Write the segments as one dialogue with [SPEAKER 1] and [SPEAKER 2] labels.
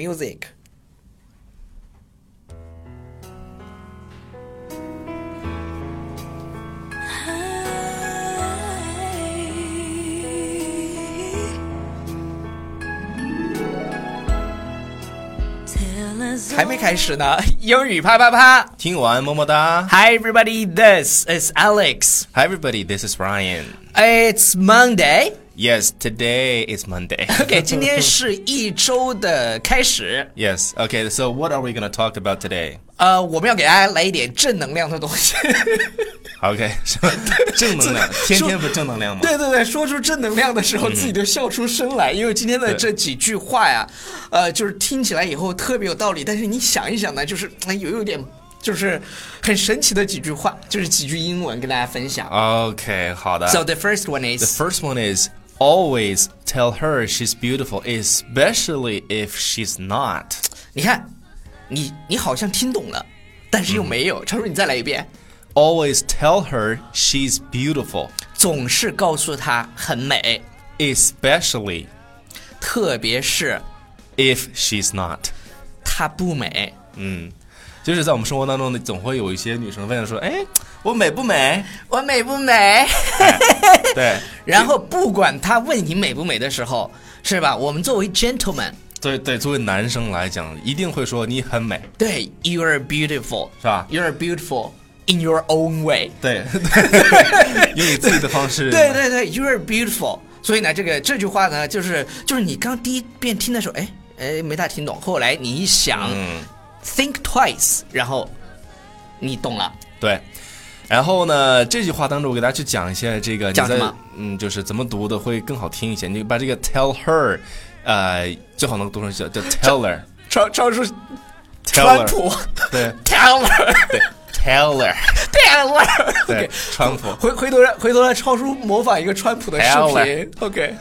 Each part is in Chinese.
[SPEAKER 1] music。还没开始呢， 英语啪啪啪
[SPEAKER 2] 听完么么哒。
[SPEAKER 1] ！Hi everybody, this is Alex.
[SPEAKER 2] Hi everybody, this is Ryan.
[SPEAKER 1] It's Monday.
[SPEAKER 2] Yes, today is Monday.
[SPEAKER 1] OK，今天是一周的开始。
[SPEAKER 2] yes. Okay, so what are we gonna talk about today?
[SPEAKER 1] 呃，我们要给大家来一点正能量的东西。
[SPEAKER 2] Okay，so- 正能量，天天不正能量吗？
[SPEAKER 1] 对对对，说出正能量的时候，自己都笑出声来，因为今天的
[SPEAKER 2] 对
[SPEAKER 1] 这几句话呀，呃，就是听起来以后特别有道理，但是你想一想呢，就是哎有有点就是很神奇的几句话，就是几句英文跟大家分享。
[SPEAKER 2] Okay，好的。
[SPEAKER 1] So the first one
[SPEAKER 2] the
[SPEAKER 1] is
[SPEAKER 2] first one is always tell her she's beautiful, especially if she's not.
[SPEAKER 1] 你看，你你好像听懂了，但是又没
[SPEAKER 2] 嗯
[SPEAKER 1] 有。超叔，你再来一遍，
[SPEAKER 2] Always tell her she's beautiful,
[SPEAKER 1] 总是告诉她很美，
[SPEAKER 2] especially
[SPEAKER 1] 特别是
[SPEAKER 2] if she's not.
[SPEAKER 1] 她不美。
[SPEAKER 2] 就是在我们生活当中呢，总会有一些女生问说：“哎，我美不美
[SPEAKER 1] 我美不美？？”
[SPEAKER 2] 对，
[SPEAKER 1] 然后不管她问你美不美的时候，是吧？我们作为 gentleman，
[SPEAKER 2] 对对，作为男生来讲，一定会说你很美，
[SPEAKER 1] 对，you are beautiful，
[SPEAKER 2] 是吧
[SPEAKER 1] ？You are beautiful in your own way。
[SPEAKER 2] 对， 对用你自己的方式，
[SPEAKER 1] 对，对对，you are beautiful。所以呢，这个这句话呢，就是就是你刚第一遍听的时候，哎哎，没大听懂。后来你一想、
[SPEAKER 2] 嗯，
[SPEAKER 1] t h i n k twice，然后你懂了。
[SPEAKER 2] 对。然后呢，这句话当中我给大家去讲一下这个，你
[SPEAKER 1] 讲什
[SPEAKER 2] 在
[SPEAKER 1] 么
[SPEAKER 2] 嗯，就是怎么读的会更好听一些。你把这个 tell her，呃，最好能读成叫叫 teller，
[SPEAKER 1] 超超出
[SPEAKER 2] Teller 对
[SPEAKER 1] ，Taylor，Taylor，
[SPEAKER 2] 对 teller，对
[SPEAKER 1] OK，
[SPEAKER 2] 川普。
[SPEAKER 1] 回回头让回头让超叔模仿一个川普的视
[SPEAKER 2] Taylor
[SPEAKER 1] 频。OK。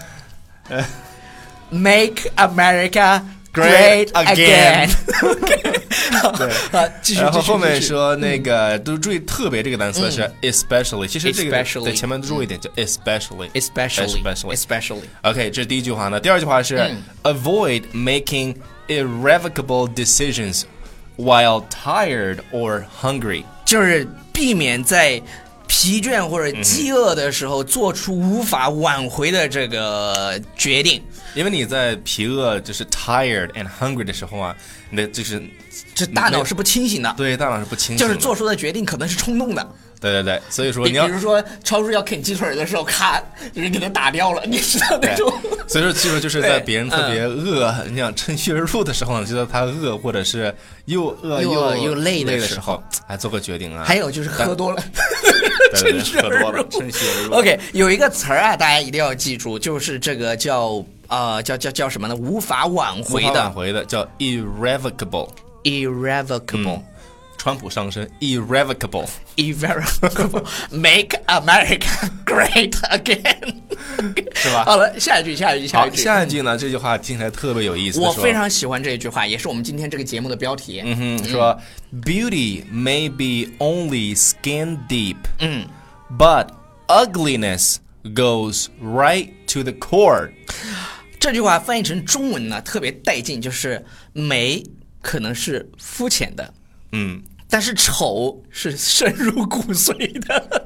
[SPEAKER 1] Make America
[SPEAKER 2] Great
[SPEAKER 1] Great
[SPEAKER 2] again
[SPEAKER 1] Again。OK，好好，继续。
[SPEAKER 2] 然后
[SPEAKER 1] 继续
[SPEAKER 2] 后面
[SPEAKER 1] 继续嗯
[SPEAKER 2] 说那个都注意特别这个单词是 especially，其实这个
[SPEAKER 1] Especially
[SPEAKER 2] 在前面注意一点，叫 especially
[SPEAKER 1] especially
[SPEAKER 2] especially
[SPEAKER 1] especially
[SPEAKER 2] OK，这是第一句话呢。第二句话是、avoid
[SPEAKER 1] 嗯
[SPEAKER 2] making irrevocable decisions while tired or hungry。
[SPEAKER 1] 就是避免在疲倦或者饥饿的时候做出无法挽回的这个决定。
[SPEAKER 2] 因为你在疲饿，就是 tired and hungry 的时候啊，你的就是
[SPEAKER 1] 这大脑是不清醒的，
[SPEAKER 2] 对大脑是不清醒
[SPEAKER 1] 就
[SPEAKER 2] 的，
[SPEAKER 1] 是做出的决定可能是冲动的。
[SPEAKER 2] 对对对，所以说
[SPEAKER 1] 比
[SPEAKER 2] 你要
[SPEAKER 1] 比如说超叔要啃鸡腿的时候，咔，人给他打掉了，你知道那
[SPEAKER 2] 对
[SPEAKER 1] 种。
[SPEAKER 2] 所以说，其实就是在
[SPEAKER 1] 对
[SPEAKER 2] 别人特别饿，你想趁虚而入的时候，你觉得他饿，或者是又饿
[SPEAKER 1] 又饿又累
[SPEAKER 2] 累
[SPEAKER 1] 的
[SPEAKER 2] 的
[SPEAKER 1] 时
[SPEAKER 2] 时候，哎，做个决定啊。
[SPEAKER 1] 还有就是喝多了，
[SPEAKER 2] 对对对
[SPEAKER 1] 虚而
[SPEAKER 2] 喝多了
[SPEAKER 1] 入
[SPEAKER 2] 趁虚而入
[SPEAKER 1] OK，有一个词儿啊，大家一定要记住，就是这个叫呃叫叫叫什么呢？无法挽
[SPEAKER 2] 无
[SPEAKER 1] 回
[SPEAKER 2] 法挽
[SPEAKER 1] 的
[SPEAKER 2] 回的叫 irrevocable，嗯哦
[SPEAKER 1] irrevocable。
[SPEAKER 2] 川普上身 irrevocable。
[SPEAKER 1] irrevocable make America great again，
[SPEAKER 2] 是吧
[SPEAKER 1] 好了，下一句，下一句，下
[SPEAKER 2] 好
[SPEAKER 1] 一，句。
[SPEAKER 2] 下一句呢？这句话听起来特别有意思。
[SPEAKER 1] 我
[SPEAKER 2] 说
[SPEAKER 1] 非常喜欢这一句话，也是我们今天这个节目的标题。
[SPEAKER 2] 嗯哼，说 beauty may be only skin deep，嗯，but ugliness goes right to the core。
[SPEAKER 1] 这句话翻译成中文呢，特别带劲，就是美可能是肤浅的，
[SPEAKER 2] 嗯，
[SPEAKER 1] 但是丑是深入骨髓的。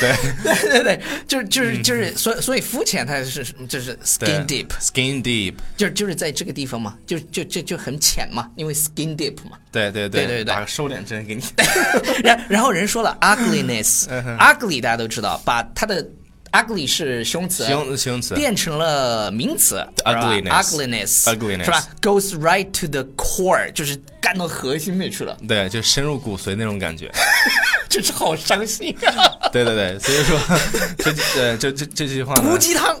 [SPEAKER 2] 对。嗯
[SPEAKER 1] 对 对对，就是就是就是，所以所以肤浅它是就是 skin deep，
[SPEAKER 2] skin deep，
[SPEAKER 1] 就就是在这个地方嘛，就就就就很浅嘛，因为 skin deep 嘛。
[SPEAKER 2] 对对
[SPEAKER 1] 对对对
[SPEAKER 2] 打个瘦脸针给你。
[SPEAKER 1] 然然后人说了
[SPEAKER 2] 嗯
[SPEAKER 1] ugliness，ugly 大家都知道，把它的 ugly 是凶词，
[SPEAKER 2] 形形词
[SPEAKER 1] 变成了名词
[SPEAKER 2] Ugliness
[SPEAKER 1] ugliness，ugliness，ugliness
[SPEAKER 2] Ugliness
[SPEAKER 1] 是吧？goes right to the core，就是干到核心里去了，
[SPEAKER 2] 对，就深入骨髓那种感觉。
[SPEAKER 1] 真是好伤心 啊！
[SPEAKER 2] 对对对，所以说 这呃这这这句话呢
[SPEAKER 1] 毒，鸡汤，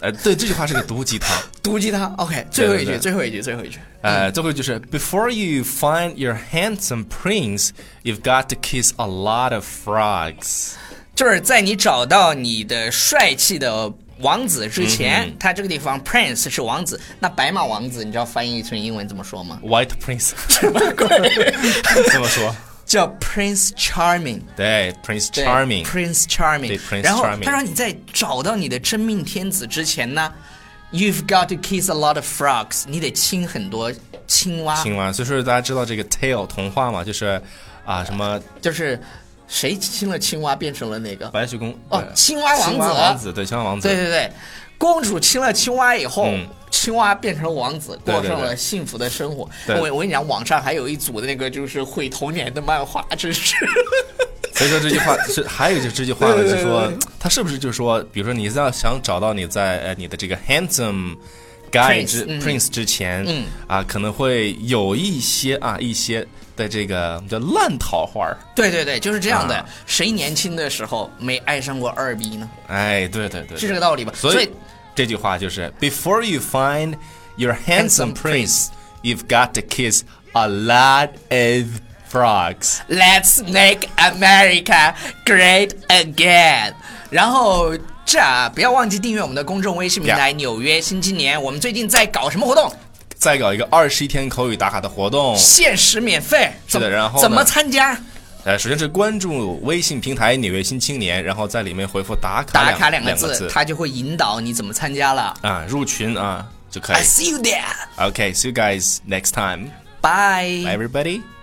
[SPEAKER 2] 呃对，这句话是个毒鸡汤。
[SPEAKER 1] 毒鸡汤。OK，最后一句，
[SPEAKER 2] 对
[SPEAKER 1] 最后一句，最后一句。
[SPEAKER 2] 呃，最后就是 Before you find your handsome prince, you've got to kiss a lot of frogs。
[SPEAKER 1] 就是在你找到你的帅气的王子
[SPEAKER 2] 嗯
[SPEAKER 1] 之前，他这个地方 prince 是王子，那白马王子，你知道翻译成英文怎么说吗？
[SPEAKER 2] White Prince
[SPEAKER 1] 什么鬼？
[SPEAKER 2] 这么说，
[SPEAKER 1] 叫 Prince Charming。
[SPEAKER 2] 对，Prince
[SPEAKER 1] 对
[SPEAKER 2] Charming，
[SPEAKER 1] Prince
[SPEAKER 2] 对
[SPEAKER 1] Charming，
[SPEAKER 2] ，Prince
[SPEAKER 1] 然后
[SPEAKER 2] Charming
[SPEAKER 1] 他说你在找到你的真命天子之前呢， You've got to kiss a lot of frogs，你得亲很多青蛙，
[SPEAKER 2] 青蛙。所以说大家知道这个 tale 童话嘛，就是啊什么
[SPEAKER 1] 就是谁亲了青蛙变成了那个
[SPEAKER 2] 白雪公
[SPEAKER 1] 哦
[SPEAKER 2] 呃
[SPEAKER 1] 青蛙王子
[SPEAKER 2] 青蛙王子对青蛙王子
[SPEAKER 1] 对对对，公主亲了青蛙以后，
[SPEAKER 2] 嗯
[SPEAKER 1] 青蛙变成王子，
[SPEAKER 2] 对
[SPEAKER 1] 过
[SPEAKER 2] 对对
[SPEAKER 1] 上了幸福的生活。
[SPEAKER 2] 对
[SPEAKER 1] 我我跟你讲，网上还有一组的那个就是毁童年的漫画，真是
[SPEAKER 2] 所以说这句话是还有就是这句话呢，
[SPEAKER 1] 对对
[SPEAKER 2] 就是说
[SPEAKER 1] 对对
[SPEAKER 2] 他是不是就是说，比如说你要想找到你在呃你的这个 handsome
[SPEAKER 1] Prince，
[SPEAKER 2] guy 之
[SPEAKER 1] 嗯
[SPEAKER 2] prince 之前，
[SPEAKER 1] 嗯
[SPEAKER 2] 啊可能会有一些啊一些的这个叫烂桃花儿
[SPEAKER 1] 对对对，就是这样的。
[SPEAKER 2] 啊
[SPEAKER 1] 谁年轻的时候没爱上过二逼呢？
[SPEAKER 2] 哎，对对对，
[SPEAKER 1] 是这个道理吧？
[SPEAKER 2] 所以这句话就是 Before you find your handsome
[SPEAKER 1] Handsome
[SPEAKER 2] prince, you've got to kiss a lot of frogs。
[SPEAKER 1] l e t s make America great again。然后这啊，不要忘记订阅我们的公众微信平台《纽约新青年》。我们最近在搞什么活动？
[SPEAKER 2] 再搞一个二十一天口语打卡的活动。
[SPEAKER 1] 限时免费。
[SPEAKER 2] 是的
[SPEAKER 1] 怎
[SPEAKER 2] 然后呢
[SPEAKER 1] 怎么参加？
[SPEAKER 2] 呃，首先是关注微信平台“纽约新青年”，然后在里面回复“打卡”
[SPEAKER 1] 打卡
[SPEAKER 2] 两
[SPEAKER 1] 两
[SPEAKER 2] 个
[SPEAKER 1] 个字，它就会引导你怎么参加了。
[SPEAKER 2] 啊，入群啊就可以
[SPEAKER 1] I。see you there. 嗯
[SPEAKER 2] OK，see、you guys next time.
[SPEAKER 1] Bye.
[SPEAKER 2] Bye everybody.